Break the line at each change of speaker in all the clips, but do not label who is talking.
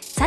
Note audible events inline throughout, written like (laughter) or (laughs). さ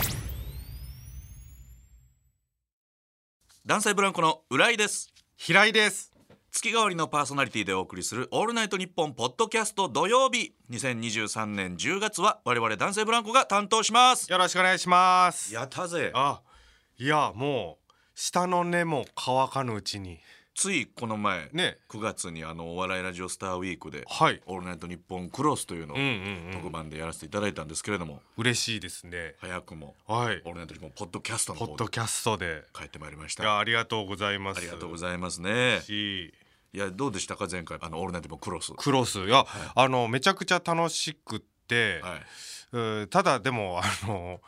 男性ブランコの浦井です
平井です
月替わりのパーソナリティでお送りする「オールナイトニッポン」ポッドキャスト土曜日2023年10月は我々男性ブランコが担当します
よろしくお願いします
やったぜ
あいやもう下の根も乾かぬうちに
ついこの前、
ね
9月にあのお笑いラジオスターウィークで「
はい
オールナイトニッポンクロス」というのを
うんうんうん
特番でやらせていただいたんですけれども
嬉しいですね
早くも
はい
「オールナイトニッポン」ポッドキャストの
ポ
方
ッ
で
ドキャストで
帰ってまいりまし
い
たあ
やありがとうございます
りがとうご
ざい
ざいますね
し
いやどうでしたか前回あの「オールナイトニッポンクロス」
クロスいや、あのめちゃくちゃ楽しくって、
はい、
うんただでもあの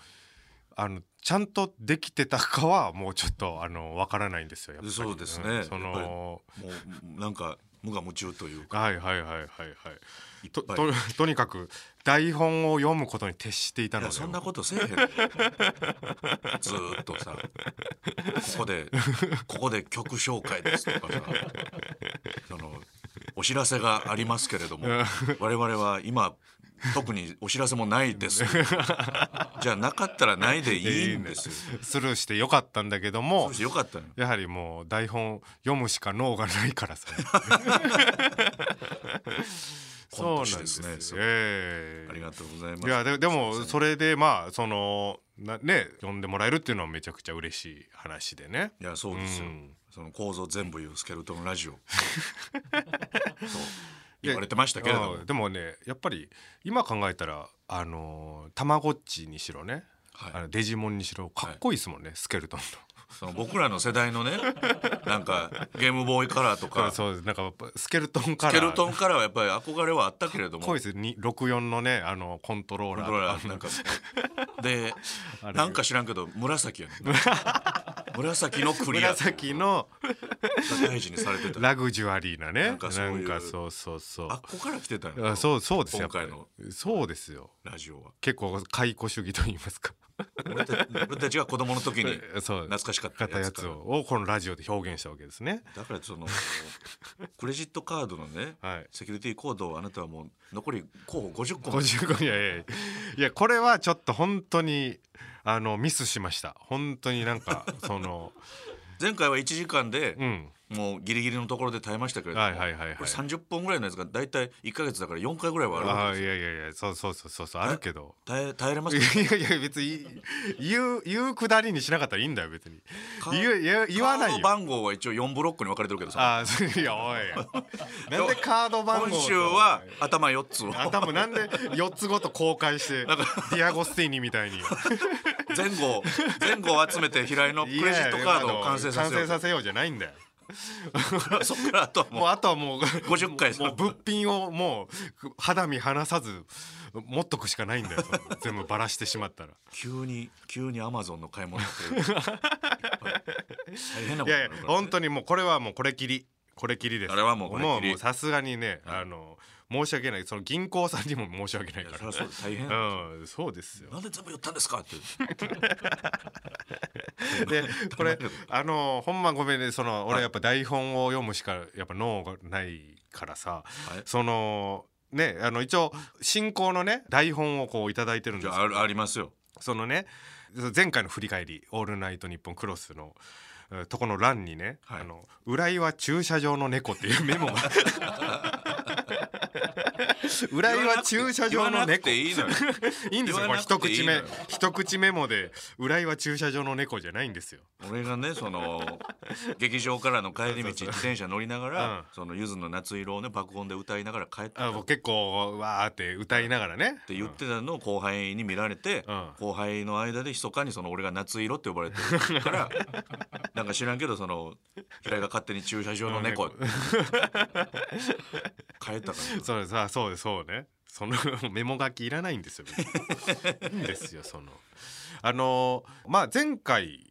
あのちゃんとできてたかはもうちょっとあのわからないんですよやっぱり
そうですね
んその
もうなんか無我夢中というか
はいはいはいはいはい
いっ
と
ぱい
ととにかく台本を読むことに徹していた
い
の
や
で
そんなことせえへん (laughs) ずーっとさここでここで曲紹介ですとかさそのお知らせがありますけれども我々は今特にお知らせもないですじゃあなかったらないでいいんですよ
スルーしてよかったんだけども
そしてよかったのよ
やはりもう台本読むしか脳がないか
(laughs)
らさそうなんです
コント師ですね
よええ
ありがとうございます
いやででもそれでまあそのなね読んでもらえるっていうのはめちゃくちゃ嬉しい話でね
いやそうですよ、
うん
その構造全部言うスケルトンラ
(laughs)
ジオそう言われてましたけれども
うんでもねやっぱり今考えたらあのーたまごっちにしろね、
はい
あのデジモンにしろかっこいいですもんね、スケルトン
その僕らの世代
(laughs)
のねなんかゲームボーイカラーと
の
かス
そうですなんかやっぱスケルトンから
ケルトンカラーはやっぱり憧れはあったけれども
かっこいいですに64のねあのコントロー
コ
ラー
ントローラーなんかで
れ
なんか知らんけど紫やねん
(laughs)
紫のクリア
紫の
大事にされてた
ラグジュアリーなね
な
なんん
か
か
そう
そ
いうう
そうそうそう
あっこから来てたん
あ
や
そうそうですよ
今回の
そうですよ
ラジオは
結構解雇主義と言いますか
俺た俺たちが子供の時に
そう
懐かしかった
や
やつ
つ
から
ををこのラジオで表現したわけですね
だからそのクレジットカードのね、
はい
セキュリティコードをあなたはもう残り候補50個まで
55いやいやいやいやこれはちょっと本当にあのミスしました本当になんかその
前回は1時間で、
うん
もうギリギリのところで (laughs) 耐えましたけれども、
はいはいはいはい
これ30本ぐらいのやつが大体1か月だから4回ぐらいはあるわ
あ
け
ー
で
い
す
やいやいやそうそうそうそうそうあるけど
耐え耐えれま
い
すか
やいや別に言う言うくだりにしなかったらいいんだよ別に
か
言う言う (laughs) 言わ
カー
ない
ド
よ
番号は一応4ブロックに分かれてるけどさ
ああそういや
(laughs)
おいなんでカード番号
今
と
週は頭4つを
頭なんで4つごと公開してディアゴスティーニみた
(laughs)
いに
前後を前後を集めて平井
(laughs)
のクレジットカードを完成させよ
いやいやあの完成させようじゃないんだよ
うそっからあとはも
もうあとはもう
50回
もう物品をもう肌身離さず持っとくしかないんだよその全部ばらしてしまったら
う急に急にアマゾンの買い物っていっぱい大変なことにな
いやいや
るからね
本当にもうこれはもうこれきりこれきりです
あれはもうこれきり
ももうさすがにねあの申し訳ないその銀行さんにも申し訳ない
い
か
やそ
ら
れはそう大変
うん、そうですよ。
なんで全部言ったんですかって
で、これ、あの、ほんまごめんね、その、俺やっぱ台本を読むしか、やっぱ脳がないからさ
はい。
その、ね、あの、一応、進行のね、台本をこういただいてるん
じ
です
ゃ
け
あ
ど
あるありますよ
そのね前回の振り返り「オールナイトニッポンクロスの」えーとこの欄にね「
はい
あの浦井は駐車場の猫」っていうメモが浦井は駐車場の
言わなく
猫
て
い
い
(laughs)
いのよ
いんです
言わ
よこれ
なく
一
てい
口
いの
目
よ
一口メモで浦井は駐車場の猫じゃないんですよ
俺がねその劇場からの帰り道自転車乗りながら、
うん
そのゆずの夏色をね爆音で歌いながら帰ってた
あ
っ
僕結構わーって歌いながらね
て言ってたのを後輩に見られて、
うん
後輩の間で密かにその俺が夏色って呼ばれてるから
(laughs)
なんか知らんけどその平井が勝手に駐車場の
(laughs)
猫帰ったから
そうですあそうですそうねその (laughs) メモ書きいらないんですよ (laughs) 別にいいんですよそのあのまあ前回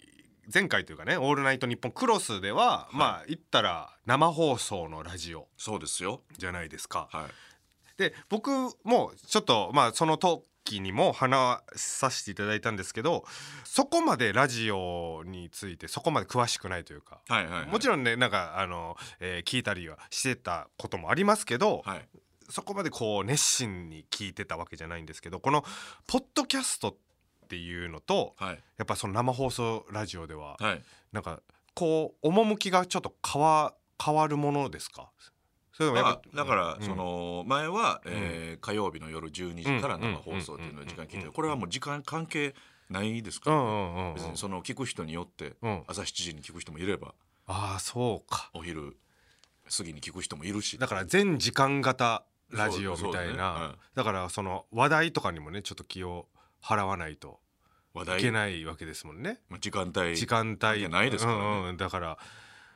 前回というかね「オールナイトニッポンクロス」では、まあ言ったら生放送のラジオ
そうですよ
じゃないですか。
はい
で僕もちょっとまあその時にも話させていただいたんですけどそこまでラジオについてそこまで詳しくないというか、
はいはいはい
もちろんねなんかあの、えー聞いたりはしてたこともありますけど、
はい
そこまでこう熱心に聞いてたわけじゃないんですけどこのポッドキャストっていうのと
はい
やっぱその生放送ラジオでは
はい
なんかこう趣がちょっと変わ変わるものですかそれともやっ
ま
ぱ
あ、だから
うん
その前は、えー火曜日の夜12時から生放送っていうのを時間聞いてるこれはもう時間関係ないです
う
か
んう
ら
んうんうん
別にその聞く人によって
うん
朝7時に聞く人もいれば
ああそうか
お昼過ぎに聞く人もいるし
だから全時間型ラジオみ
そう
たい
そうだね
な、
はい
だからその話題とかにもねちょっと気を払わないと
話
い
題
けないわけですもんね、
まあ時間帯
時間帯
いやないですからね
うんうん、だから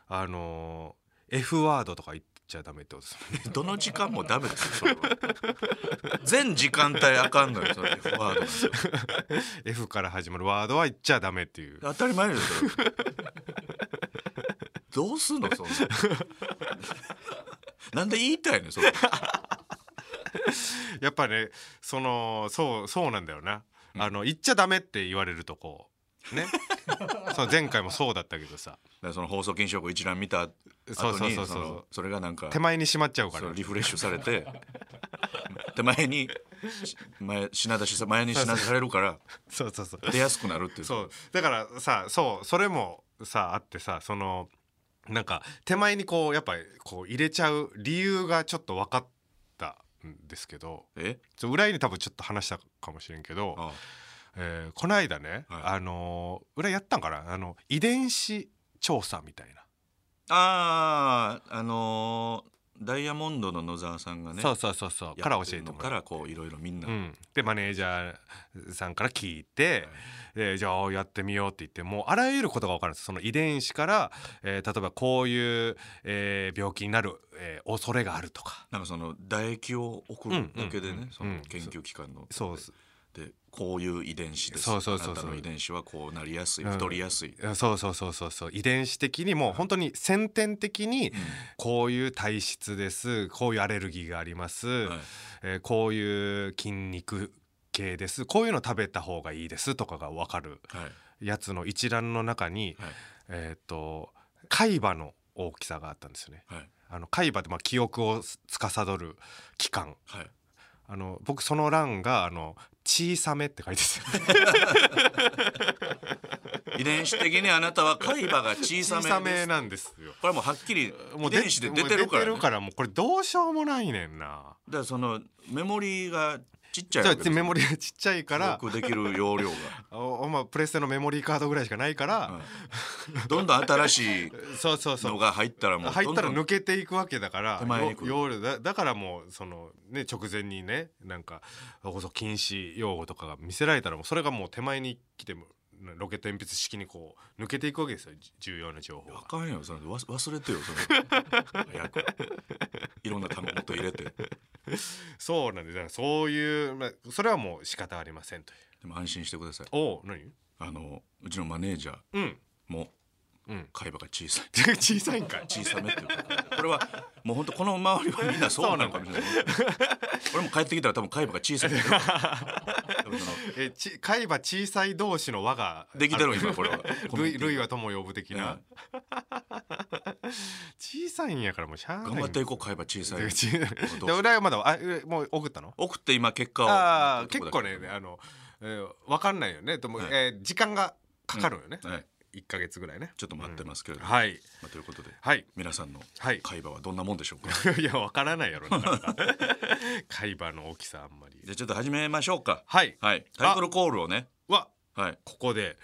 あのー F ワードとか言っちゃダメってことです
(laughs)
ね (laughs)
どの時間もダメですよそれは全時間帯あかんのよそれフォワードなんて
F から始まるワードは言っちゃダメっていう
当たり前ですよどうすんのそんななんで言いたいのそれ
やっぱねそのそうそうなんだよな、あの言っちゃダメって言われるとこ
(laughs)
うねその前回もそうだったけどさ
だからその放送禁止用語一覧見た後に
そ
そう
そうそうそう
のそれがなんか
手前にしまっちゃうか
そ
ら
のリフレッシュされて (laughs) 手前にし前品出しさ前に品出しされるから
そうそうそう
出やすくなるっていう
そうだからさそうそれもさあってさそのなんか手前にこうやっぱりこう入れちゃう理由がちょっと分かったんですけど
え
ちょ裏に多分ちょっと話したかもしれんけど、
あ
えーこの間ね、
はい
あのー裏やったんかなあの遺伝子調査みたいな、
ああーあのーダイヤモンドの野沢さんがね
そうそうそうそうから
や
教
って
え
る
て
の
もら
か
う
らこういろいろみんな、
うん、でマネージャーさんから聞いて、えーじゃあやってみようって言ってもうあらゆることが分かるんですその遺伝子から、えー例えばこういう、えー病気になる、えー恐れがあるとか
なんかその唾液を送るだけでね、
うんうんうん
その
うん
研究機関の
そうです
でこういう遺伝子です
そうそうそうそう
あなたの遺伝子はこうなりやすい
うん
太りやすい、
そうそうそうそうそう遺伝子的にもう本当に先天的にこういう体質ですこういうアレルギーがあります、
はい
えーこういう筋肉系ですこういうの食べた方がいいですとかが分かる
はい
やつの一覧の中に、
はい
えーっ、と海馬の大きさがあったんですよね。
はい
あの海馬ってまあ記憶を司る器官。
はい
あの僕その欄があの小さめって書いてて
遺伝子的にあなたは海馬が小さ
小
めです
さめなんですよ。
これもうはっきり遺
で
伝子で出てるから,、ね、
もう出てるからもうこれどうしようもないねんな。
だからそのメモリーがちっちゃい
じゃ
わけです
あ
よ
メモリーがちっちゃいから
記録できる容
(laughs)
量が、
おおまあプレステのメモリーカードぐらいしかないから、
はいどんどん新しい
そうそうそう
のが入ったらもう
入ったら
どんど
抜
ん
けていくわけだから
手前に来る
よよだだからもうそのね直前にねなんか放送禁止用語とかが見せられたらもうそれがもう手前に来てもロケット鉛筆式にこう抜けていくわけですよじ重要な情報
あ
が。
かんよそれ忘忘れてよ
(laughs)
それ早くいろんな単語もっと入れてで
そうなんですだからそういう、まあ、それはもう仕方ありませんという。
も安心してください
おう何
あのうちのマネージャー
うん。
も
うん、 (laughs)
海馬が小さい
小さいんかい
小さめっていうかこれはもう本当この周りはみんなそうなのかもしれない俺も帰ってきたら多分海馬が小さいんだけど多分その
えち海馬小さい同士の輪が
できてるの
あ
今これはコメンテ
(laughs) 類類は友を呼ぶ的
は
な、小さいんやからもうしゃあないん
頑
だ
張っていこう海馬小
(laughs)
さい
で裏はまだあえもう送ったの
送って今結果を
ああ結構ねあの、えー、わかんないよねでも、
はい
えー時間がかかるよね、
はい
1か月ぐらいね
ちょっと待ってますけれども、
はい
まあ、ということで、
はい (laughs)
皆さんの
はい
会話はどんなもんでしょうか、
いやわからないやろなかなか (laughs) 海馬の大きさあんまり
じゃあちょっと始めましょうか
はい
はいタイトルコールをね
わ
はい
ここで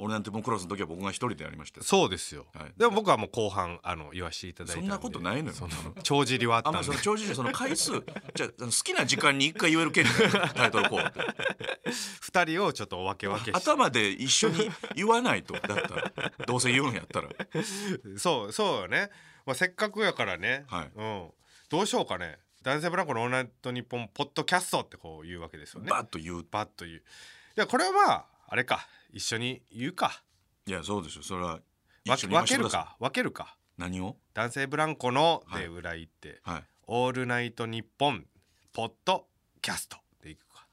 俺なんてもうクロスの時は僕が一人でやりましたよ
そうですよ、
はい
でも僕はもう後半あの言わせていただいたので
そんなことないのよ
その帳尻はあった
あ
ん
ん
で
まりその長寿司その回数 (laughs) じゃああの好きな時間に一回言える権利だよタイトルコールって
二人をちょっとお分け分けして
頭で一緒に言わないとだったらどうせ言うんやったら
そうそうよね、まあ、せっかくやからね、
はい
うん、どうしようかね「男性ブランコのオールナイトニッポン」ポッドキャストってこう言うわけですよね
バッと言う
バッと言ういやこれはまああれか一緒に言うか
いやそうですよそれは
わ
一緒に
分
言わせ
け
てく
る
ださい
か分けるか
何を
「男性ブランコの」
はい
で裏行って、
はい
オールナイトニッポン」ポッドキャストでいくか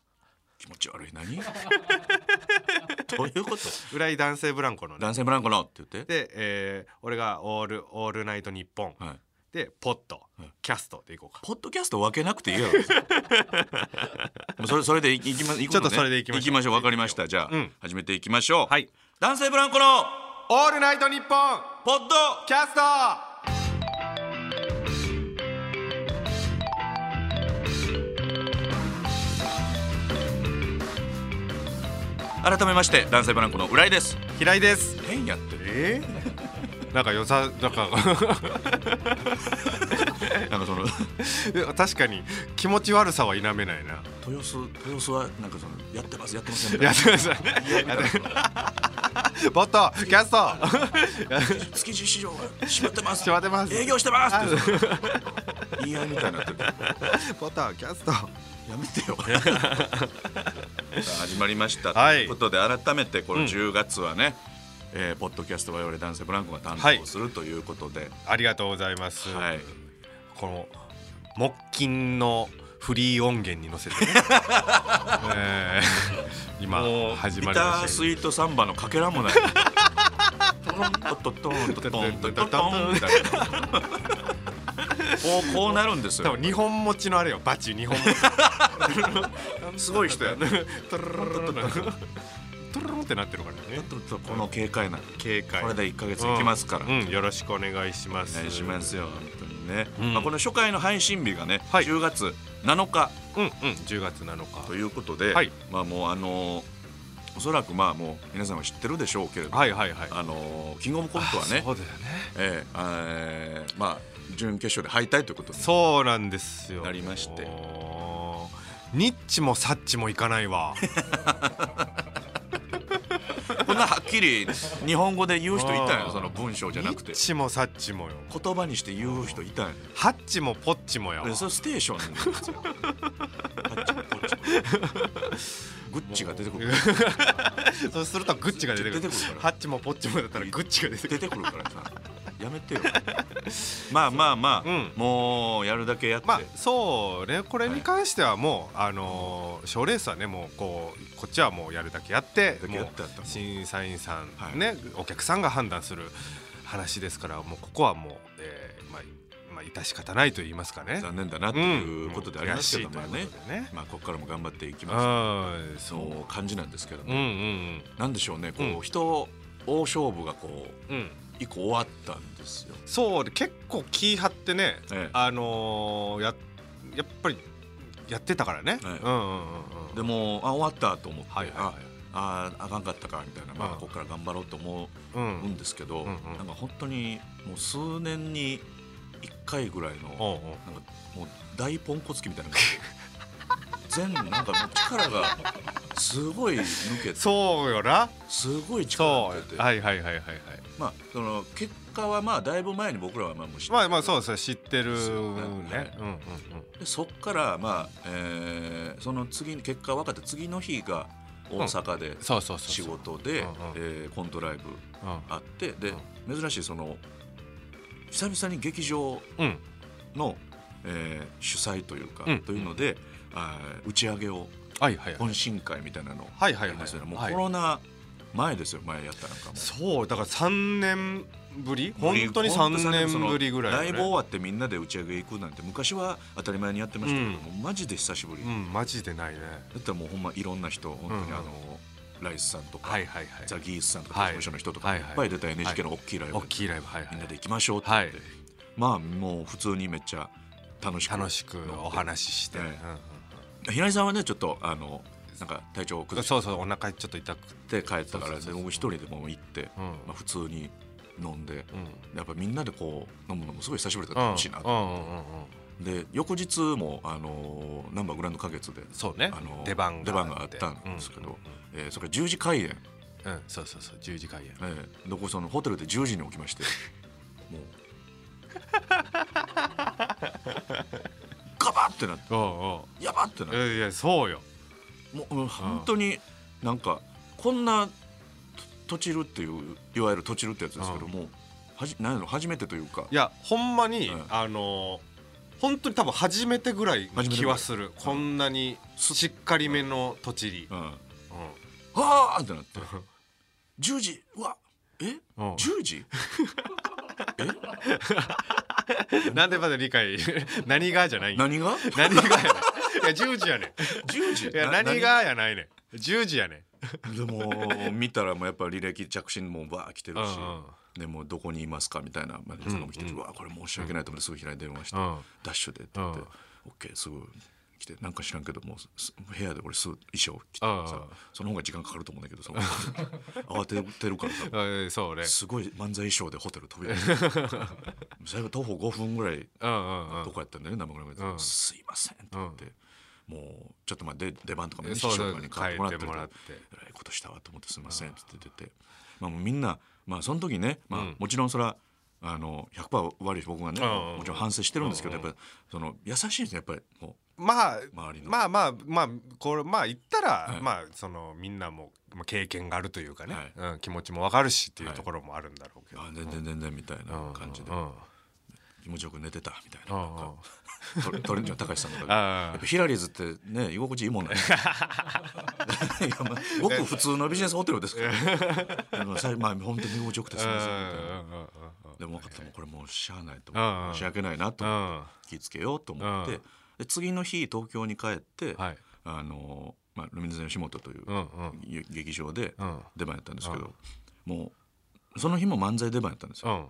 気持ち悪い何 (laughs) どういうこと
裏井男性ブランコのね
男性ブランコのって言って
で、えー俺がオール「オールナイトニッポン」
はい
で「ポッド
はい
キャスト」でいこうか
ポッドキャスト分けなくていいやろもう (laughs) それそれでいいきまいくのね
ちょっとそれでいきましょう
いきましょう分かりましたじゃあ、
うん
始めていきましょう
はい
男性ブランコの
「オールナイトニッポン」
ポッド
キャスト
改めまして男性ブランコの浦井です
平井です
変やってる
えなんか良さなん
な
か
んかその
確かに気持ち悪さは否めないな
(laughs) 豊洲豊洲はなんかそのやって (laughs) ますやってませんみたい
や
な
ってくださいやってボットキャスト
築地市場は閉まってます
閉まってます
営業してますってその言い合いみたいになってる
ボットキャスト
やめて (laughs) よ始まりました、
はい
ということで改めてこの
うん
10月はね、えーポッドキャスト我々男性ブランコが担
はい
当するということで、
ありがとうございます、
はい
この木金のフリー音源に乗せてね、えー今
もう
始
ビ
まり
タ
ま
ー
し
スイートサンバのかけらもないトロントトトントトントトントンみたいなこうこうなるんです
た多
よ
分日本持ちのあれよバチ日本持ち
すごい人やね
トロロロロロロトロロロってなってるからね
ちょっとこの軽快な
警戒
これで一ヶ月いきますから、
うんうんよろしくお願いしま
お
す
願いしますよ本当にね、
うん
まあ、この初回の配信日がね、
はい
10月7日
うんうん10月7
と
日
いうことで、
はい
まあもうあのーおそらくまあもう皆さんは知ってるでしょうけれど、
はいはいはい
あのーキングオブコントはね
そうだよね
えええーまあ準決勝で敗退ということで
そうなんですよ
なりまして
もうニッチもサッチもいかないわ
こんなはっきり日本語で言う人いたん
あ
よ
ー
その文 (laughs) 章じゃなくて
ニッチもサッチもよ
言葉にして言う人いたんよ
ハッチもポッチもやわ
でそれステーションなんですよあっちもこっちもグッチが出てくる
(laughs) そうするとグッチが出てくる
出てくるから
ハッチもポッチもだったらグッチが出てく
出
る
てくるからさやめてよまあまあまあ、
うん
もうやるだけやって、
まあそうねこれに関してはもう、あのー、賞レースはねもうこうこっちはもうやるだけやって
だけやってやったもん
もう審査員さん、
はい
ねお客さんが判断する話ですからもうここはもう、えーまあまあ致し方ないと言いますかね。
残念だなっていうことでありますけども
うん悔
ね
しいということでね
まあここからも頑張っていきま
うん
す
そ
そう感じなんですけど
うう
も、
んうん
なんでしょうねこう、
うん
人大勝負がこう
うんうん
一個終わったんですよ
そうで結構気張ってね、
ええ
あのー、ややっぱりやってたからね、
ええ
うんうんうんうん
でもあ終わったと思って、
はいはいはい
あああかんかったかみたいな、まあ、
うん
ここから頑張ろうと思
う
うんんですけど、
うんうん
なんか本当にもう数年に1回ぐらいの、
おうおう
なんかもう大ポンコツ期みたいな感 (laughs) じ全なんかもう力がすごい抜けて
そうよな
すごい力
そ
抜け
う
て、
はいはいはいはいはい
まあ、その結果はまあだいぶ前に僕らはまあもう知って
まあまあそうですね知ってるね
そううん
うんうん
はいでそっからまあ、えーその次に結果は分かった次の日が大阪で
そうそうそう
仕
そう
事で、
うんうん
えーコントライブ
うん
あってで
う、
珍しいその久々に劇場
うん
の、えー主催というか、
うん
というので、あー打ち上げを
はいはいはい
懇親会みたいなのを
はいはい
やりますよねもう
はい
コロナ前ですよ前やったなんかも
そうだから三年ぶり本当に
本
三
当そ
年
の
ぶりぐらい
ライ
よ
ブ
ね
終わってみんなで打ち上げ行くなんて昔は当たり前にやってましたけども、マジで久しぶり、
うんマジでないね
だったらもうほんまいろんな人本当にあの、ライスさんとか、
はいはいはい
ザ・ギースさんとか、
はい
事務所の人とか、
はいいはい
っぱい出た NHK の大きいライブ、
大きいライブはいはい
みんなで行きましょうって言
は
っ
い
て、まあもう普通にめっちゃ楽しく
楽しくお話しして、
ええ
うんうん
平井さんはねちょっとあのなんか体調を崩し
そうそうお腹ちょっと痛く
て帰ったか
そう
ら
そうそうそ
で
う
僕一人でもう行って、
うん
まあ、普通に飲んで、
ん
やっぱみんなでこう飲むのもすごい久しぶりだった
う
ら
ん
楽しいなと、
うんうんうんう
で
ん
翌日もあのナンバーグランド花月で
そうね
あの
出番が
出番があったんですけど、えーそれから10時開演、
うんそうそうそう十字架や
えー、どこそのホテルで10時に起きま
(laughs)
してもうガバってなって
おうお
やばってなっ
う
て
いやそうよ
もうもう本当になんかこんなととちるっていういわゆるとちるってやつですけど
うん
もうはじなんやろ初めてというか
いやほんまに、
うん
あのー本当に多分初めてぐらいの気はするこんなにしっかりめのとちり、
う
うん
んはあってな
(laughs)
って10時うわえ
うん
10時
(laughs)
え
なんでまだ理解 (laughs) 何がじゃないん
何が
何がやねんいや十字やね
10時
んいや
な
何がやないねん十字やねん
でも見たらもうやっぱ履歴着信もバー来てるし
うんうん
でもうどこにいますかみたいなマネージャーさんが来てるうわこれ申し訳ないと思ってすぐ平井に電話して
うん
ダッシュでって言って
うん
オッケーすぐ来てなんか知らんけどもうす部屋で俺すぐ衣装着て
うん
さその方が時間かかると思うんだけどその (laughs) 慌ててるからさ
あ (laughs) えーそうね
すごい漫才衣装でホテル飛び出
(laughs)
して最後徒歩5分ぐらい
うんうんうん
どこやったんだよね生グラムで
うん
すいません」って言って、もうちょっとまあで出番とかもね
そう
師匠とかに
そう
変わって
変えて
も
も
ら
ら
っ
ってて
えらいことしたわと思って「すいません」って言って出て、まあ、もうみんな、まあ、その時ね、まあ
うん
もちろんそれはあの100%悪いし僕がね、
うんうん
もちろん反省してるんですけど、やっぱその優しいですねやっぱりも
まあ
周りの
まあまあまあこれまあ言ったら、
はい
まあそのみんなもまあ経験があるというかね、
はい
うん、気持ちもわかるしっていうところもあるんだろうけ
う
ど、
あ全然全然みたいな感じで、
うんうん
気持ちよく寝てたみたい
うん
な、
うん
トレトレンディの高橋さんとか
ああ
やっぱヒラリーズってね居心地いいもんなんです
(laughs)
よいやまあごく普通のビジネスホテルですから、ね、さいまあ本当に居心地よくてすいませんみたいな
うんうんうん
でも分かったもうこれもうしゃあないと
うん
思
う
っ
ん
て申し訳ないなと
う
思っ
んうん
て気ぃつけようと思って
うん
で次の日東京に帰って、
はい
あのまあ、ルミネズ吉本という
うんうん
劇場で
うん
出番やったんですけど、もうその日も漫才出番やったんですよ、
うん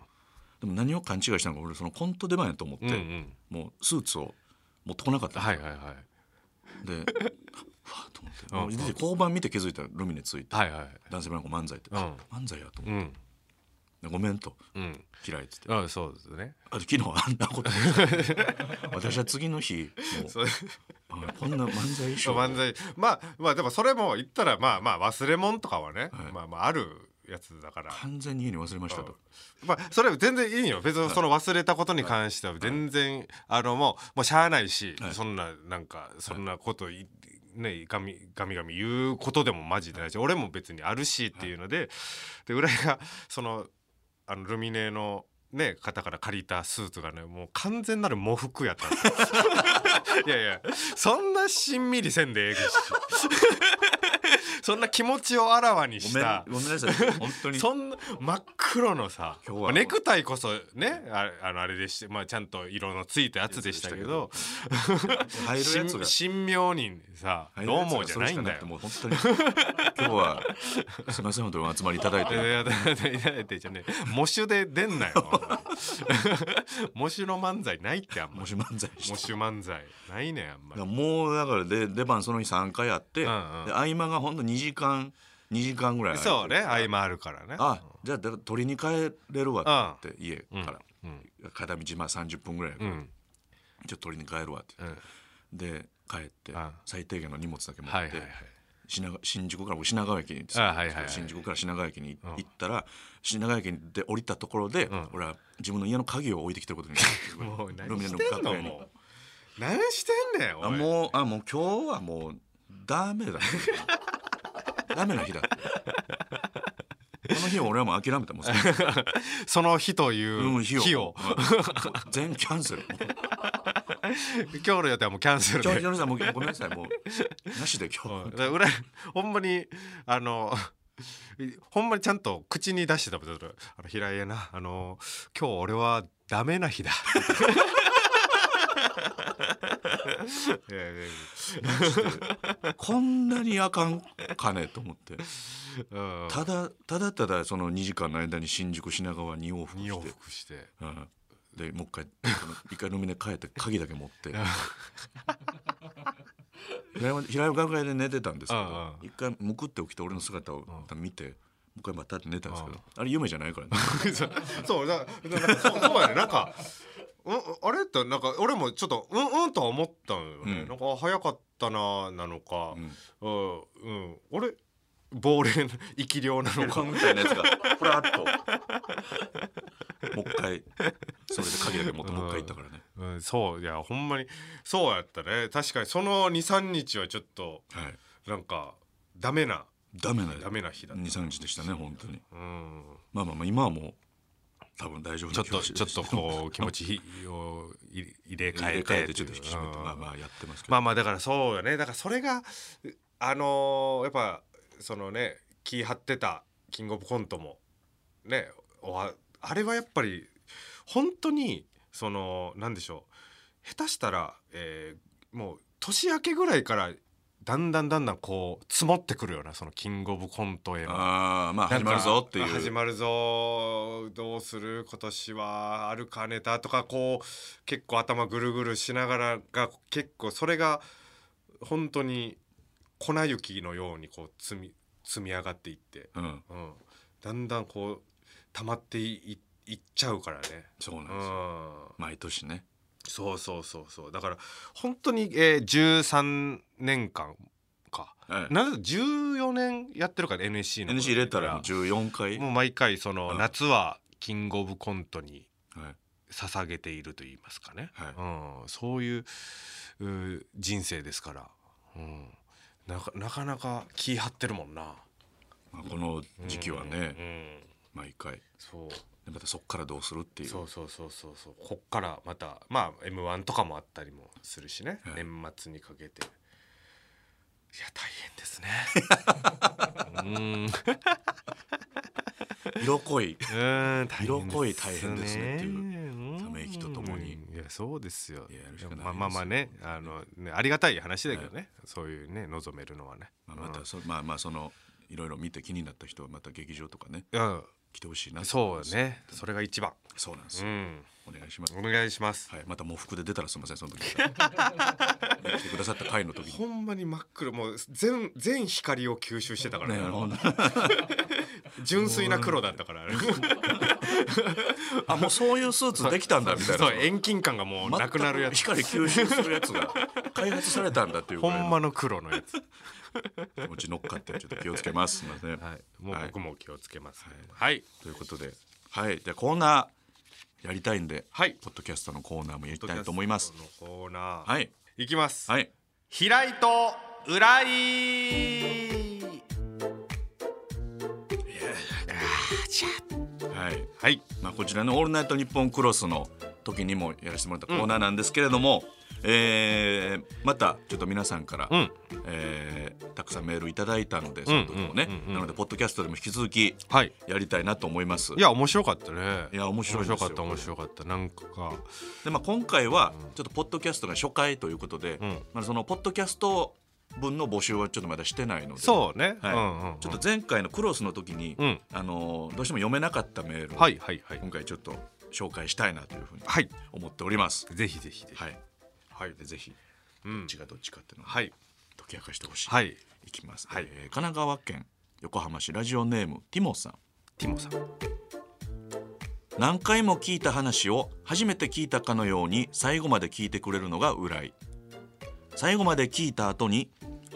でも何を勘違いしたのか俺そのコント出番やと思って、
うんうん
もうスーツを持ってこなかったんですよ
はいはいはい
でわあと思ってもう
う
出
ん
て交番見て気づいたらルミネついて
はいはい
男性ブランコ漫才って、
うん
漫才やと思
う
っ
ん
てごめんと
うん
嫌いっつって
うんそうですね
あ昨日あんな
(laughs)
こと私は次の日もうあこんな漫才衣装
漫才まあまあでもそれも言ったらまあまあ忘れ物とかはね、まあまああるやつだから
完全に家に忘れましたと
まあそれは全然いいよ別にその忘れたことに関しては全然、あのもうもうしゃあないし、そんななんかそんなことい、ねガミガミガミ言うことでもマジでないし、俺も別にあるしっていうので、で浦井がそのあのルミネの。ね、方から借りたスーツがねもう完全なる喪服やったんですよ (laughs) いやいやそんなしんみりせん (laughs) でええしそんな気持ちをあらわに
ご
し
めん
た
ごめんなさい本当に
そんな真っ黒のさ
今日は
まあネクタイこそねああのあれでして、まあ、ちゃんと色のついたやつでしたけど
入るやつ
神
が
神妙にさ「
入る
どう
やつ
も」
が
じゃ
それ
な
し
い
か
ん
な
だ
くて
よ。
もう本当に今日はすみません本当にお集まりいただい
い (laughs) や
て
いやいやいやいやじゃね喪主で出んなよ喪主の漫才ないってあんま
も
り
し漫才して
喪主漫才ないねんあん
だ
ま
から
り
もうだからで出番その日3回あって、
うんうん
で合間がほんと2時間2時間ぐらい空いて
そうね合間あるからね
あじゃあだから取りに帰れるわって家から、
うん
片道まあ30分ぐらいやか
う
ら、
ん
ちょっと取りに帰るわって
う
言って、
ん
で帰って
あ
最低限の荷物だけ持って、
はいはいはい
品川新宿から品川駅に行って
あはいはいはい
新宿から品川駅に
うん
行ったら、品川駅で降りたところで、
ん
俺は自分の家の鍵を置いてきてることにな
(laughs)
ってる
もう何
ルミネ
し
の
てんの
楽屋に
もう何してんねんお
あ
い
もうあもう今日はもうダメ
(laughs)
だダメな日だこの日は俺はもう諦めたもうその
その日という
うん
日
日
を
を全キャン
(laughs)
セルもう
今日の予定はもうキャンセル
ちょち
で
ょさんもうごめんなさいもうなしで今
うん
日
だから裏ほんまにあのほんまにちゃんと口に出してたもんずっとあの平井やなあの (laughs) 今日俺はダメな日だえ
こんなにあかんかねと思って
えうん
ただただただその2時間の間に新宿品川に往復
二往
して、
復して (laughs)
うん、でもう一回その一回飲みで帰って鍵だけ持って平山平山楽屋で寝てたんですけ
うん
ど一回むくって起きて俺の姿を見てもう一回またって寝たんですけどあれ夢じゃない
(laughs)
からね
そうだだなんかそうそうやねなんか、うん、あれってなんか俺もちょっとうんうんとは思ったのよね、
うん
なんかあ早かったななのか
うん、
うんうん、あれ亡霊の生霊なの
こ (laughs)
か
んみたいなやつがふらっともう一回それで鍵だけ持ってもう一回行ったからね
うん、そういやほんまにそうやったね確かにその23日はちょっと
はい
なんかダメな
ダメな
ダメな日だった、
23日でしたね本当に
うん、
まあまあまあ今はもう多分大丈夫
ちょ
な
っと
気
ちょ
が
っ
し
とこう気持ちを入れ
入
替
れ
えて
替えてちょっと引き締めて
うん
まあまあやってますけど、
まあまあだからそうよねだからそれがあのーやっぱそのね気張ってたキングオブコントもねおわあれはやっぱり本当にそのなんでしょう下手したら、えーもう年明けぐらいからだんだんだんだんこう積もってくるようなそのキングオブコントへの
あーまあ
なん
始
か
まるぞっていう
始まるぞどうする今年はあるかネタとかこう結構頭ぐるぐるしながらが結構それが本当に粉雪のようにこう積み積み上がっていって、
うん
うん、だんだんこう溜まっていいいっちゃうからね。
そうな
うん
ですよ
ん
毎年ね
そうそうそうそうだから本当に、えー、13年間か
はい
なぜ14年やってるから NSC の
NC 入れたらもう14回、
もう毎回その
うん
夏はキングオブコントに
はい
捧げていると言いますかね、
はい
うん、そういううー人生ですから、うん、なかなかなか気張ってるもんな
まあ、この時期はね、
うん、
毎回
そう
でまたそこからどうするっていう
そうそうそうそうそうこっからまたまあ m 1とかもあったりもするしね、
はい
年末にかけていや大変です
(laughs)
ねうん
色濃い
うん大
色濃い大変ですねっていう
う
ため息とともに
うんいやそうですよ
いややるしかないです
まあまあまあねあのねありがたい話だけどね、そういうね望めるのはね、
まあまたそまあまあそのいろいろ見て気になった人はまた劇場とかね
うん、
来てほしいなと思いま
そう
す
ねそれが一番
そうなんです
う
よ、
ん
お願いします
お願いします、
はいまた喪服で出たらすみませんその
(laughs)
時来てくださった回の時に
ほんまに真っ黒もう全全光を吸収してたから
ね
ね、
ほん
純粋な黒だったから
あもうそういうスーツできたんだみたいな
そう遠近感がもうなくなるやつ
全く光吸収するやつ
(laughs)
が開発されたんだっていうぐ
ほ
らい
ん
の
まの黒のやつ、
気持ち乗っかってちょっと気をつけますすみません、
はい、もう
はい
僕も気をつけますねはい
ということではいじゃあコーナーやりたいんで、
はい
ポッドキャストのコーナーもやりたいと思います
ポッドキャストのコーナー、
はい
いきます、
はい
平井と浦井
はい
はい
まあ、こちらの「オールナイトニッポンクロス」の時にもやらせてもらったコーナーなんですけれども、えーまたちょっと皆さんから、
ん
えーたくさんメールいただいたのでその時もね、
うんうんうんうん
なのでポッドキャストでも引き続き
はい
やりたいなと思います
いや面白かったね
いや面白いですよ
面白かった面白かったなんかか
で、まあ、今回はちょっとポッドキャストが初回ということで、
ん
まあ、そのポッドキャスト分の募集はちょっとまだしてないので
そうね、
はい
うんうんうん、
ちょっと前回のクロスの時に、
うん
あのーどうしても読めなかったメールを
はいはいはい
今回ちょっと紹介したいなというふうに
はい
思っております。
ぜひぜひぜひ
はい、
はい
でぜひ
うん
どっちがどっちかっていうのを
はい
解き明かしてほしい、、
はいい
きます、
はい
えー神奈川県横浜市ラジオネームティモさん
ティモさん (laughs)
何回も聞いた話を初めて聞いたかのように最後まで聞いてくれるのが浦井最後まで聞いた後に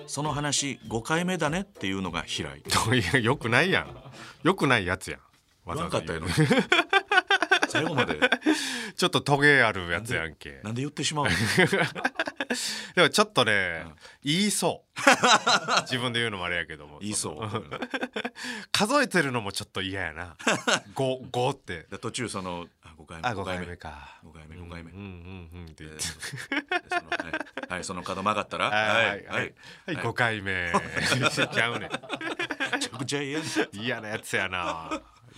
その話5回目だねっていうのが平井
いやよくないやんよくないやつやん (laughs) わ
言わん
ざ
か
わ
った
ざ
よ
言う
ね
(laughs)
最後まで
ちょっとトゲあるやつやんけ
なんで言ってしまうの
でもちょっとね、言いそう自分で言うのもあれやけども
(laughs) 言いそう
の数えてるのもちょっと嫌や (laughs) な五五って
で途中そのあ5回目
あ五
5回
回
目
目か
5回目5回目
うんうんうんって言って
でそのはい、はい、その角曲がったら
はいはいはい
はい
5回 (laughs) 目ちゃうねん
めちゃくちゃ嫌です
嫌なやつやな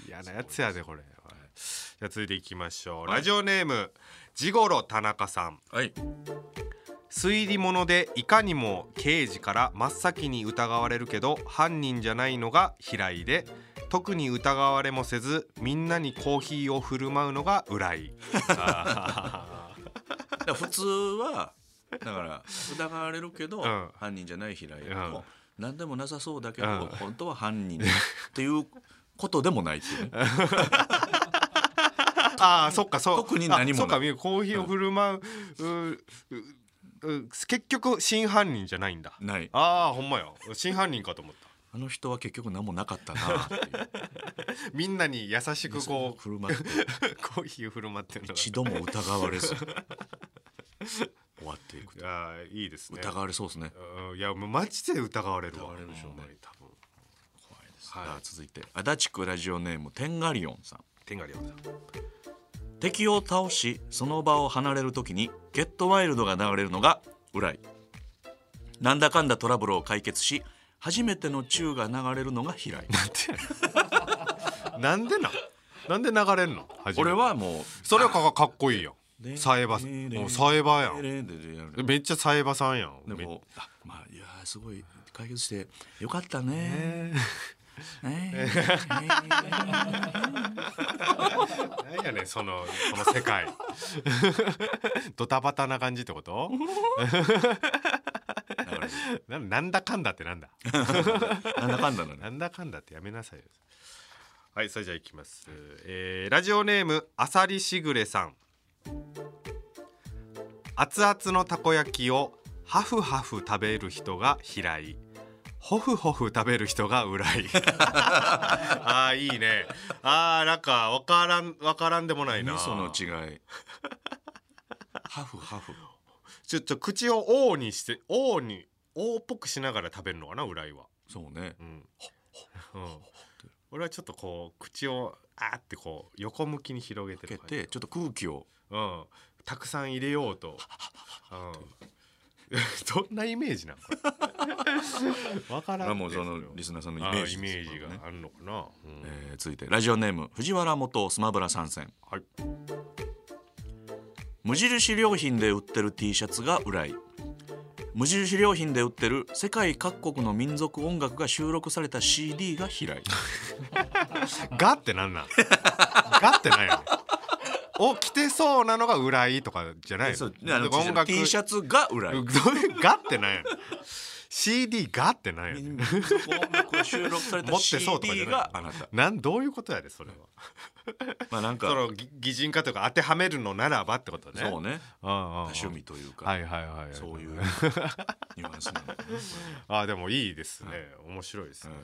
嫌なやつやでこれじゃあ続いていきましょうラジオネームジゴロ田中さん
はい
推理物でいかにも刑事から真っ先に疑われるけど犯人じゃないのが平井で特に疑われもせずみんなにコーヒーを振る舞うのが浦井あ
だから普通はだから疑われるけど、
ん
犯人じゃない平井で
う
も
ん、
何でもなさそうだけど、
うん
本当は犯人っていうことでもないっていうね
ーあーそっかそう
特に何もない
あそっかみゆコーヒーを振る舞う,う、うう結局真犯人じゃないんだ
ない
ああほんまよ真犯人かと思った
あの人は結局何もなかったな
(laughs)
っていう
みんなに優しくこう
振る舞って
(laughs) コーヒーを振る舞ってるのが
一度も疑われず終わっていく
いやーいいですね
疑われそうですね
うんいやもうマジで疑われるわ
疑われるでしょうね
ほんまに多分
怖いです、
はい
さあ続いて足立区ラジオネームテンガリオンさん
天がりょうさん
敵を倒しその場を離れる時にゲットワイルドが流れるのが浦井なんだかんだトラブルを解決し初めての宙が流れるのが平井
なんでなんなんで流れんの初めて
俺はも
それはかかっこいいやん
う
サエバもうサエバやん
ん
めっちゃサエバさんやん
で
め
もあまあいやーすごい解決してよかったね
え
ね
ーなんやねんそのこの世界ドタバタな感じってこと
だから
ななんだかんだってなんだ
なんだかんだなのね
なんだかんだってやめなさいよはいそれじゃあいきます、えーラジオネームあさりしぐれさん熱々のたこ焼きをハフハフ食べる人が平井ホフホフ食べる人が浦井ああいいねああなんかわからんわからんでもないな
何その違いハフハフ
ちょっと口を O にして O に O っぽくしながら食べるのかな浦井は
そうね
うん、うん俺はちょっとこう口をあーってこう横向きに広げて
け
る感じ
てちょっと空気を
うん、たくさん入れようと、うん、 (laughs) どんなイメージなんこ (laughs) れわからん
あ
ね
もうその
れは
リスナーさんのイ
あ
メー
ー
ジ
イメー
です
ジ
から
が
ね
あるのかな、うん
えー続いてラジオネーム藤原元スマブラ参戦
はい
無印良品で売ってる T シャツが浦井無印良品で売ってる世界各国の民族音楽が収録された CD が平井
ガってなん (laughs) なんガってなんやねんを着てそうなのが裏いとかじゃないの
そうあの
で音楽
T シャツが浦井
(laughs) どういうガってなんやねん CD ガってなんやねん
民族音楽が収録され
持
た
ってそうとかじ
CD
ゃない
があなた
なんどういうことやでそれは
まあなんか
そのぎ擬人化というか当てはめるのならばってことね
そうね
うんうんうん
趣味というか、
はいはいはいはい
そういうニュアンスなのかな
あでもいいですね、面白いですね、
はい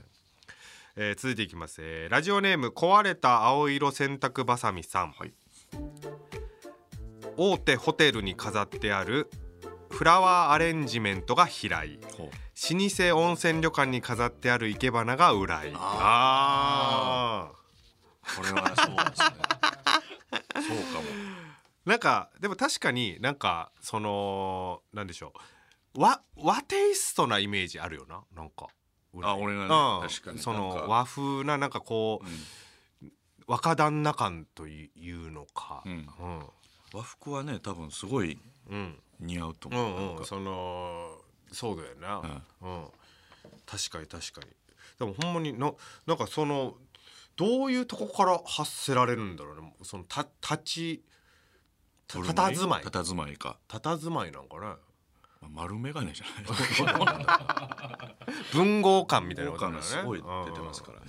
えー続いていきます、えーラジオネーム壊れた青色洗濯バサミさん、大手ホテルに飾ってあるフラワーアレンジメントが平井
ほう
老舗温泉旅館に飾ってある生け花が浦井あー
これはそうですねそうかも
なんかでも確かになんかそのなんでしょう和和テイストなイメージあるよななんか
あ俺がね
うん
確かに
その
なんか
和風ななんかこう、若旦那感というのか、
う
うんん
和服はね多分すごい
うん
似合うと
う
思う、
ん
な
うんん
か
そのそうだよな、うん確かに確かにでもほんまにななんかそのどういうとこから発せられるんだろうねそのた立ちた
俺もね
たずまい
佇まいか、
たたずまいなんかね
まあ、丸眼鏡じゃ
(laughs)
ない
文豪感みたいな
効
こと
果
だ
が
よね
すごい出てますからね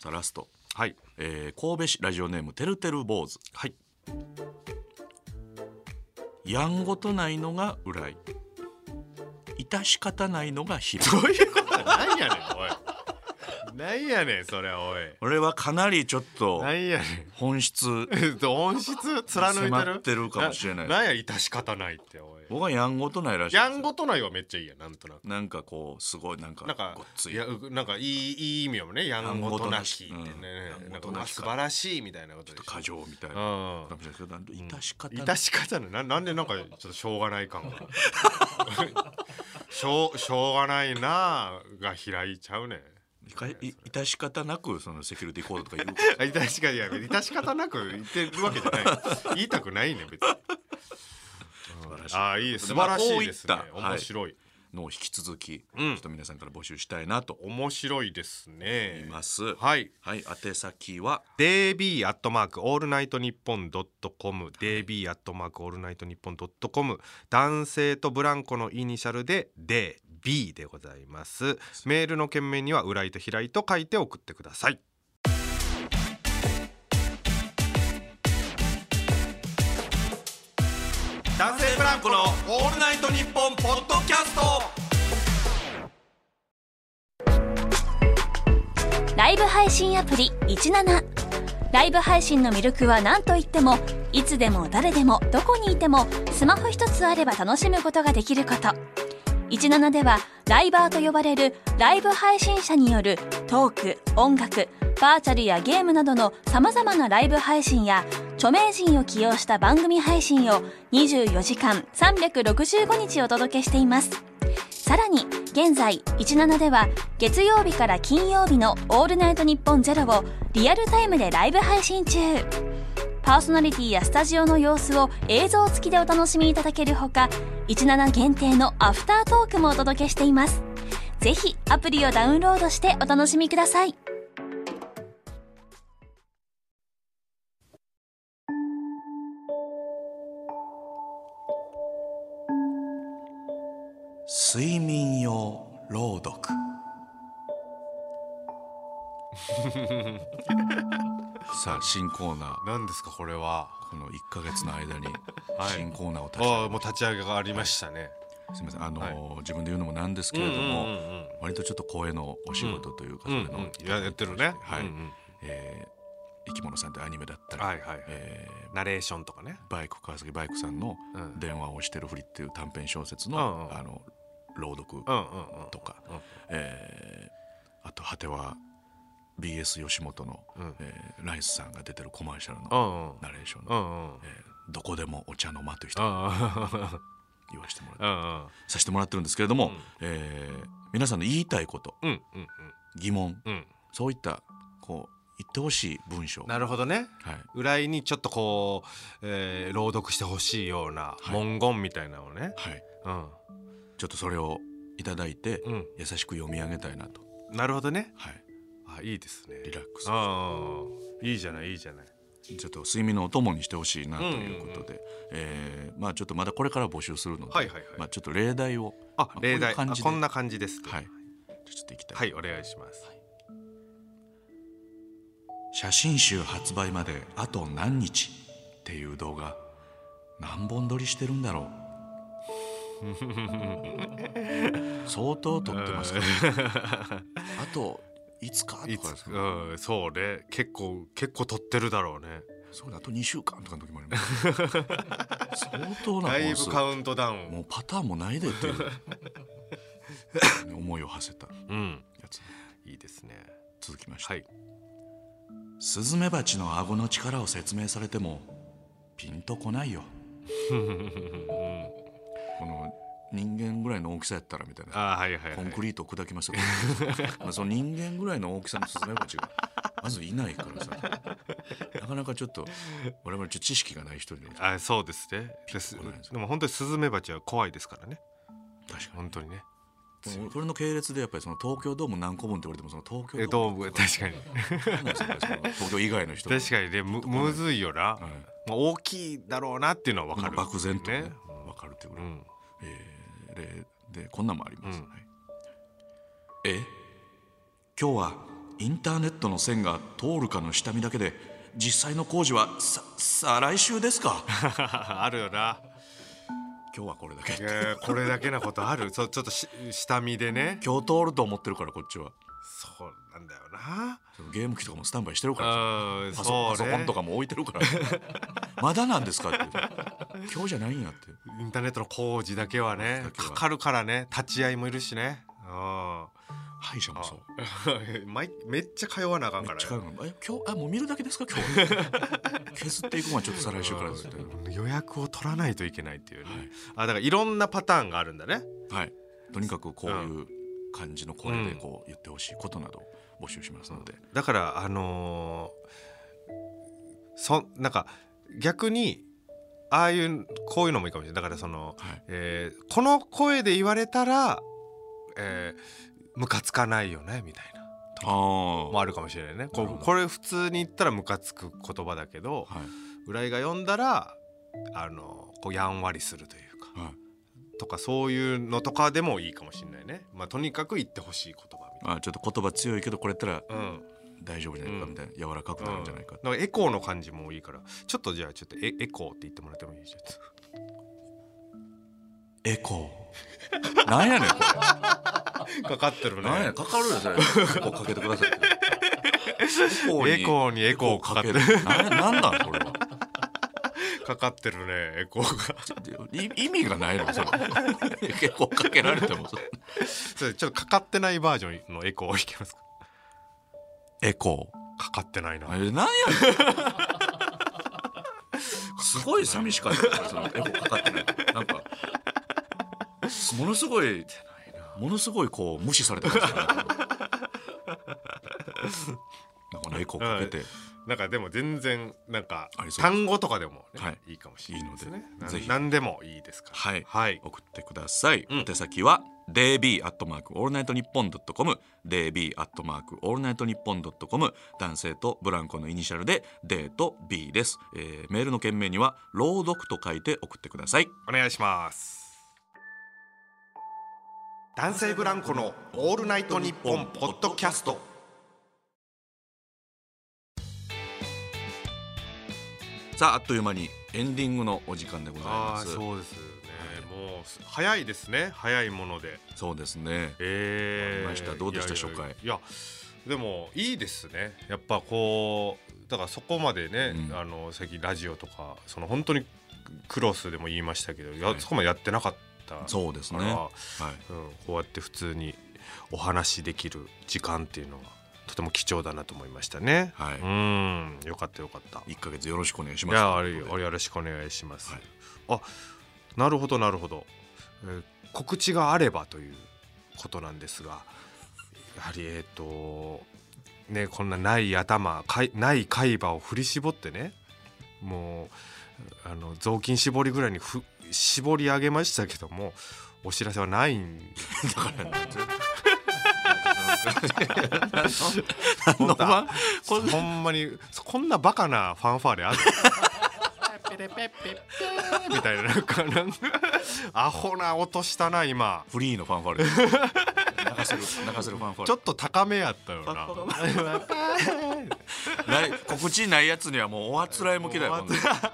さあラスト、
はい (laughs)
えー神戸市ラジオネームてるてる坊主はいやんごとないのが浦井致し方ないのが平井
どういうことだなんやねんおいなんやねんそれおい
俺はかなりちょっと
なんやね
本質
ん音質貫いてる
迫ってるかもしれない
なんや致し方ないっておい
僕はやんごとないらしい
やん
ご
ごとないはめっちゃいいやなんとなく
なんかこうすごいなんか
なんか
ごっつい
いやなんかいいいい意味やもんねやんごとなきってね
やんごとなしうん
な
やんご
んか
となき
うわ素晴らしいみたいなことでしょ
過剰みたいな
うん
かもしれないけどなんと致し方ない
致し方ないななんでなんかちょっとしょうがない感が (laughs) しょうしょうがないなが開いちゃうね
いかい致し方なくそのセキュリティコードとか言う
あ致し方いや致し方なく言ってるわけじゃない言いたくないね別に
素晴らし
ああいいです素晴らしいですね
まあこういった
面白い
のを引き続き、
うん
ちょっと皆さんから募集したいなと思
面白いです
い
ね
ます。
はい
はい、宛先は
db アットマークオールナイトニッポンドットコム db アットマークオールナイトニッポンドットコム男性とブランコのイニシャルで db でございますメールの件名には「浦井と平井」と書いて送ってください男性ブランコの
「オールナイトニッポン」ポッドキャスト
ライブ配信アプリ17ライブ配信の魅力は何といってもいつでも誰でもどこにいてもスマホ一つあれば楽しむことができること17ではライバーと呼ばれるライブ配信者によるトーク音楽バーチャルやゲームなどのさまざまなライブ配信や著名人を起用した番組配信を24時間365日お届けしていますさらに現在17では月曜日から金曜日の「オールナイトニッポンゼロをリアルタイムでライブ配信中パーソナリティやスタジオの様子を映像付きでお楽しみいただけるほか17限定のアフタートークもお届けしていますぜひアプリをダウンロードしてお楽しみください
睡眠用朗
(laughs)
読さあ新コーナー
何ですかこれは
この1か月の間に
はい
新コーナーを立ち上
あ
げ
あもう
まし
立ち上げがありましたね、
たすみませんあの、
は
自分で言うのもなんですけれども、
うんうんうんうん
割とちょっと声のお仕事というか、
うん
それの
うんややってるね
はい、
うんうん
えー生き物さんってアニメだったり、
はいはいはい
えー
ナレーションとかね
バイク川崎バイクさんの
う
「
ん
電話をしてるふり」っていう短編小説
うん
の,、
うん
あの朗読
うんうんうん
とか、
うん
えーあと果ては BS 吉本の、
うん
えーライスさんが出てるコマーシャル
う
の
んうん
ナレーション
う
の
んうん
えーどこでもお茶の間」という人
う
に
んうん
言わせてもらって
うん
させてもらってるんですけれども、
うん
えー皆さんの言いたいこと
うんうん
疑問
うん
そういったこう言ってほしい文章、は
なるほどね
い、
裏井にちょっとこう、えー、朗読してほしいような
はい
文言みたいなのをね、
はい、
うん
ちょっとそれをいただいて、
うん
優しく読み上げたいなと、
なるほどね
はい、
あいいですね
リラックス
ああいいじゃないいいじゃない
ちょっと睡眠のお供にしてほしいなということで、えーまあちょっとまだこれから募集するので、
はいはいはい
まあちょっと例題を、
あ
まあ
例題
こういう感
あ
じで
こんな感じです
はい、ちょっといきたい、
はいお願いします、
写真集発売まであと何日っていう動画何本撮りしてるん
(laughs)
だろう相当撮ってますから、あといつか
い
とか
つ
ですね
うんそうね結構結構撮ってるだろうね
そうだあと2週間とかの時もあります相当な
だい
本
ぶ
数
カウントダウン
もうパターンもないでっていう思いを馳せた
うん
やつ
いいですね
続きまして、
はい
スズメバチの顎の力を説明されてもピンとこない (laughs) よこの人間ぐらいの大きさやったらみたいな
あーはいはいはい
コンクリートを砕きますよ、 (laughs) まあその人間ぐらいの大きさのスズメバチがまずいないからさなかなかちょっと我々ちょっと知識がない人には
あそうですねです
こないです
でも本当にスズメバチは怖いですからね
確か
本当にね
にもうこれの系列でやっぱりその東京ドーム何個分って言われてもその東京
え
ドー
ど
ム
う確かに
わかんないですよやっぱりその東京以外の人
確かにねむむずいよな、
い
まあ、大きいだろうなっていうのは分かる、
漠然とね
ね
分かるっていうぐ
う
らい、
ん、 (laughs)
えー例でこんなんもあります、
うん
はいえ今日はインターネットの線が通るかの下見だけで実際の工事はさ再来週です
(laughs)
か
あるよな
今日はこれだけ
いやーこれだけなことあるそう (laughs) ちょっとし下見でね
今日通ると思ってるからこっちは
そうなんだよな
そのゲーム機とかもスタンバイしてるから
うん
パソパ
そ
ソ
う
コン
ね
とかも置いて
(laughs)
るからまだなんですかって今日じゃないんやって
インターネットの工事だけはね
工事だけは
かかるからね立ち会いもいるしねうん (laughs)
歯医者もそう
毎めっちゃ通わなあかん
め
か
っ
ら
ちゃ買うのえ今日あもう見るだけですか今
(laughs)
日は削っていくのはちょっと再来週からですみたいな
予約を取らないといけないっていうね、
はい
あだからいろんなパターンがあるんだね
はい、とにかくこういうう感じの声で
うん
こう言ってほしいことなどを募集しますので、
だからあのーそなんか逆にああいうこういうのもいいかもしれないだからその、
はい
えーこの声で言われたら、えー、ムカつかないよねみたいな
ああ
もあるかもしれないねこ
なるほ
う
ど
これ普通に言ったらムカつく言葉だけど
はい
浦井が読んだらあのこうやんわりするというか
はい
とかそういうのとかでもいいかもしれないね、まあ、とにかく言ってほしい言葉みたい
あちょっと言葉強いけどこれやったら
な。うん
大丈夫じゃないかみたいな、柔らかくなるんじゃないか、
うん、だからエコーの感じもいいからちょっとじゃあちょっとエエコーって言ってもらってもいいじゃん
エコ (laughs) ーなんやねんこ
かかってる
れ
ね。
なんやねんかかるよそれエコーかけてください
エコーにエコーかかってる。
なんなんなんこれは
かかってるね、エコーが。 (laughs)
い意味がないの (laughs) それエコーかけられてもそれ
それちょっとかかってないバージョンのエコーを弾けますか。
エコ
かかってないな。
ーあれなんやねんすごい寂しかったからそのエコーかかってないなんかものすごいものすごいこう無視されてましたねなんかねエコーかけて、
なんかでも全然なんか
ありそう
単語とかでもね、
はいい、
いかもしれないですね
いいので。
なん
ぜひ
なんでもいいですから。
はい
はい。
送ってください。
うん
お手先は db アットマークオールナイトニッポンドットコム db アットマークオールナイトニッポンドットコム男性とブランコのイニシャルで D と B です、えーメールの件名には朗読と書いて送ってください。
お願いします。男性ブランコのオールナイトニッポンポッドキャスト。
さああっという間にエンディングのお時間でござい
あ
ま
あ、
す。
そうですね。もうす早いですね。早いもので。
そうですね。
えー
ありましたどうでした
いやいやいや
初
いやでもいいですねやっぱこうだからそこまでね、
うん
あの最近ラジオとかその本当にクロスでも言いましたけど、や
はい
そこまでやってなかった
そうですね。
から
は
うん、こうやって普通にお話しできる時間っていうのはとても貴重だなと思いましたね。
はい
うんよかったよかった。
い。一ヶ月よろしくお願いし
い
ます。
やあれあれよろしくお願いします。
はい
あなるほどなるほど、えー告知があればということなんですがやはりえっ、とねこんなない頭かいない海馬を振り絞ってねもうあの雑巾絞りぐらいにふ絞り上げましたけどもお知らせはないんだから。本当はほんまにこんなバカなファンファーレあるみたいななんかなんかアホな音したな今
(laughs) フリーのファンファーレ。泣かせる泣かせるファンファーレ。
ちょっと高めやったよな
ない告知ないやつにはもうおあつらい向きだよ。
おあ
ほん
つ
で
(laughs)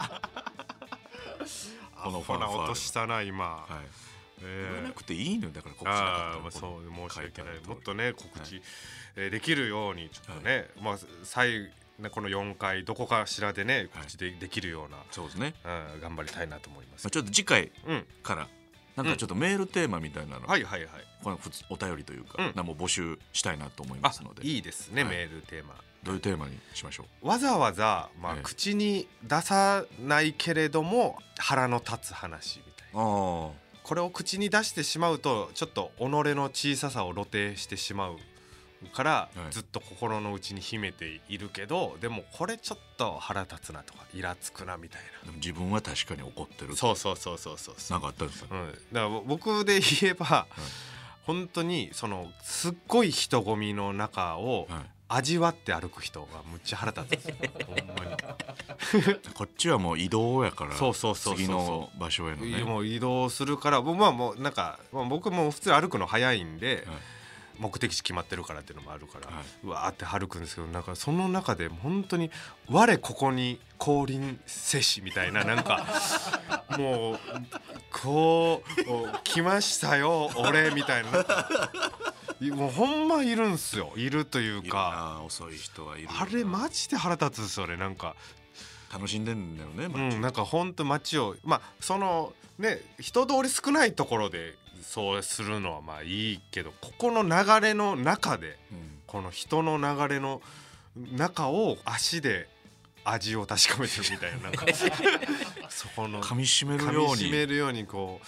ア
このファン
ホ
ファーレ
な音したな今、
はい。言わ
え
なくていいのよだから告知なか
あ
った
あ
ら
まあ
こ
そう
の
申し
書いて
訳
あ
ない
る通り
もっとね告知、えーできるようにちょっとね、まあ最ねこの4回どこかしらでね告知で,、できるような、
そうですね、
うん、頑張りたいなと思います
まあ、ちょっと次回
うん
からなんかちょっとメールテーマみたいなの、
はいはいはい
この普通お便りというか、
うん
なんかもう募集したいなと思い
あ
ますので
いいですね、
はい
メールテーマ
どういうテーマにしましょ
わざわざ、まあ
ええ
口に出さないけれども腹の立つ話みたいう
あ
なこれを口に出してしまうとちょっと己の小ささを露呈してしまうから、
はい
ずっと心の内に秘めているけどでもこれちょっと腹立つなとかイラつくなみたい
あでも自分は確かに怒ってる
なそうそうそうそうそうそ
な
う
んかあったんですか、
うん、だから僕で言えば、本当にそのすっごい人混みの中を
はい
味わって歩く人がむっちゃ腹立つんですよほんまに。
こっちはもう移動やから
そうそうそうそう
次の場所へのね
もう移動するから僕はもうなんか、まあ、僕も普通歩くの早いんで、
はい
目的地決まってるからっていうのもあるから、
はいう
わーって歩くんですけどなんかその中で本当に「我ここに降臨せし」みた
(laughs)
いななんかもうこうお「来まし
(laughs)
たよ俺」みたいななんかもうほんまいるんすよいるという
いる
か。
な遅い人はいるよな
あれマジで腹立つっすよねなんか
楽しんでんだよね、まあ
うん、なんか本当街をまあそのね人通り少ないところでそうするのはまあいいけどここの流れの中で
うん
この人の流れの中を足で味を確かめてるみたいななん (laughs) かそこの
噛み締める
噛
よう
み
に
しめるように (laughs) こう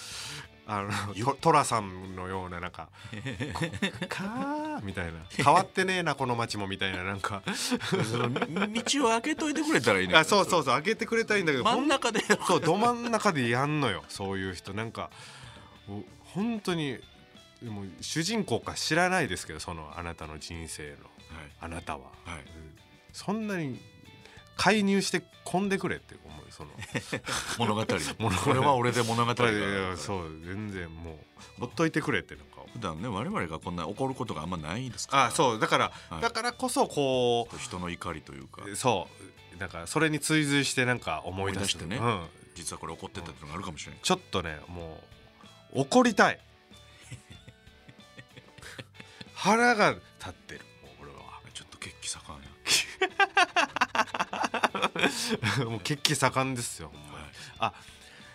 あのとトラさんのようななんか「こかなみたいな変わってねえなこの街もみたいななん (laughs) か
その道を開けといてくれたらいいね
あそうそうそう開けてくれたいんだけど
真ん中で
ほんそうど真ん中でやんのよそういう人なんかお本当にもう主人公か知らないですけどそのあなたの人生のあなたは
はい、はい、
そんなに介入して込んでくれって思う
(laughs)
その
物語
(laughs) 物語
これは俺で物語
い
が
やいやそう全然もうほっといてくれってなんか
普段ね我々がこんな怒ることがあんまないですから
あそうだから、
はい
だからこそこ
人の怒りというか
うそうだからそれに追随してなんか思い出して
思い出してね
うん、
実はこれ怒ってたっていうのがあるかもしれない
ちょっとねもう怒り
(laughs)
たい腹が立ってるもう
ちょっと血気盛んや (laughs)
俺はもう血気盛んですよほんまに、
はい
あ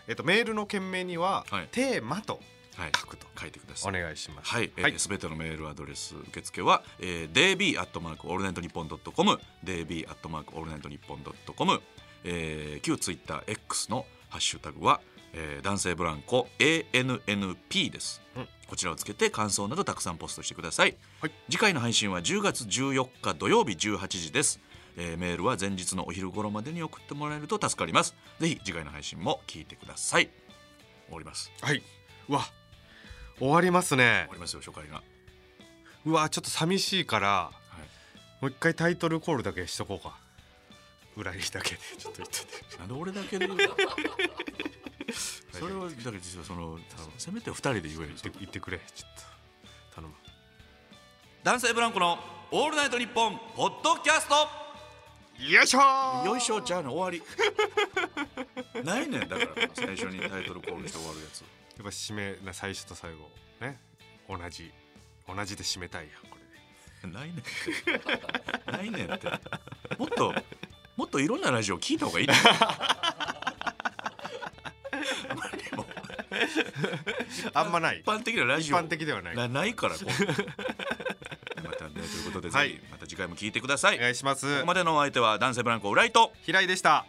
えっとメールの件名には、
はい
テーマと
はい
書くと
書いてくださ
お
い
願いします
はい、えー、すべてのメールアドレス受付は、えー、db アットマークオールナイトニッポンドットコム、db アットマークオールナイトニッポンドットコム、えー旧ツイッター X のハッシュタグは、えー、男性ブランコ ANNP です、
うん
こちらをつけて感想などたくさんポストしてください、
はい
次回の配信は10月14日土曜日18時です、えー、メールは前日のお昼頃までに送ってもらえると助かりますぜひ次回の配信も聞いてください終わります
はい、うわ終わりますね
終わりますよ初回が、は
うわちょっと寂しいから
い
もう一回タイトルコールだけしとこうか裏切りだけちょっと言ってて
なんで俺だけでそれはだから実はそのせめて二人で言える
言って言ってくれちょっと頼む
男性ブランコの「オールナイトニッポン」ポッドキャスト
よいしょー
よいしょじゃあの終わりないねんだから最初にタイトルコールして終わるやつ
やっぱ締めな最初と最後ね同じ同じで締めたいやんこれ
ないねんってないねんってもっともっといろんなラジオ聞いた方がいいねあまりにも
で (laughs) あんま (laughs) ない
一般的なラジオ
一般的ではない
なないからこうまたねということで、
はい
ぜひまた次回も聞いてください
お願いします
ここまでのお相手は男性ブランコ浦井と
平井でした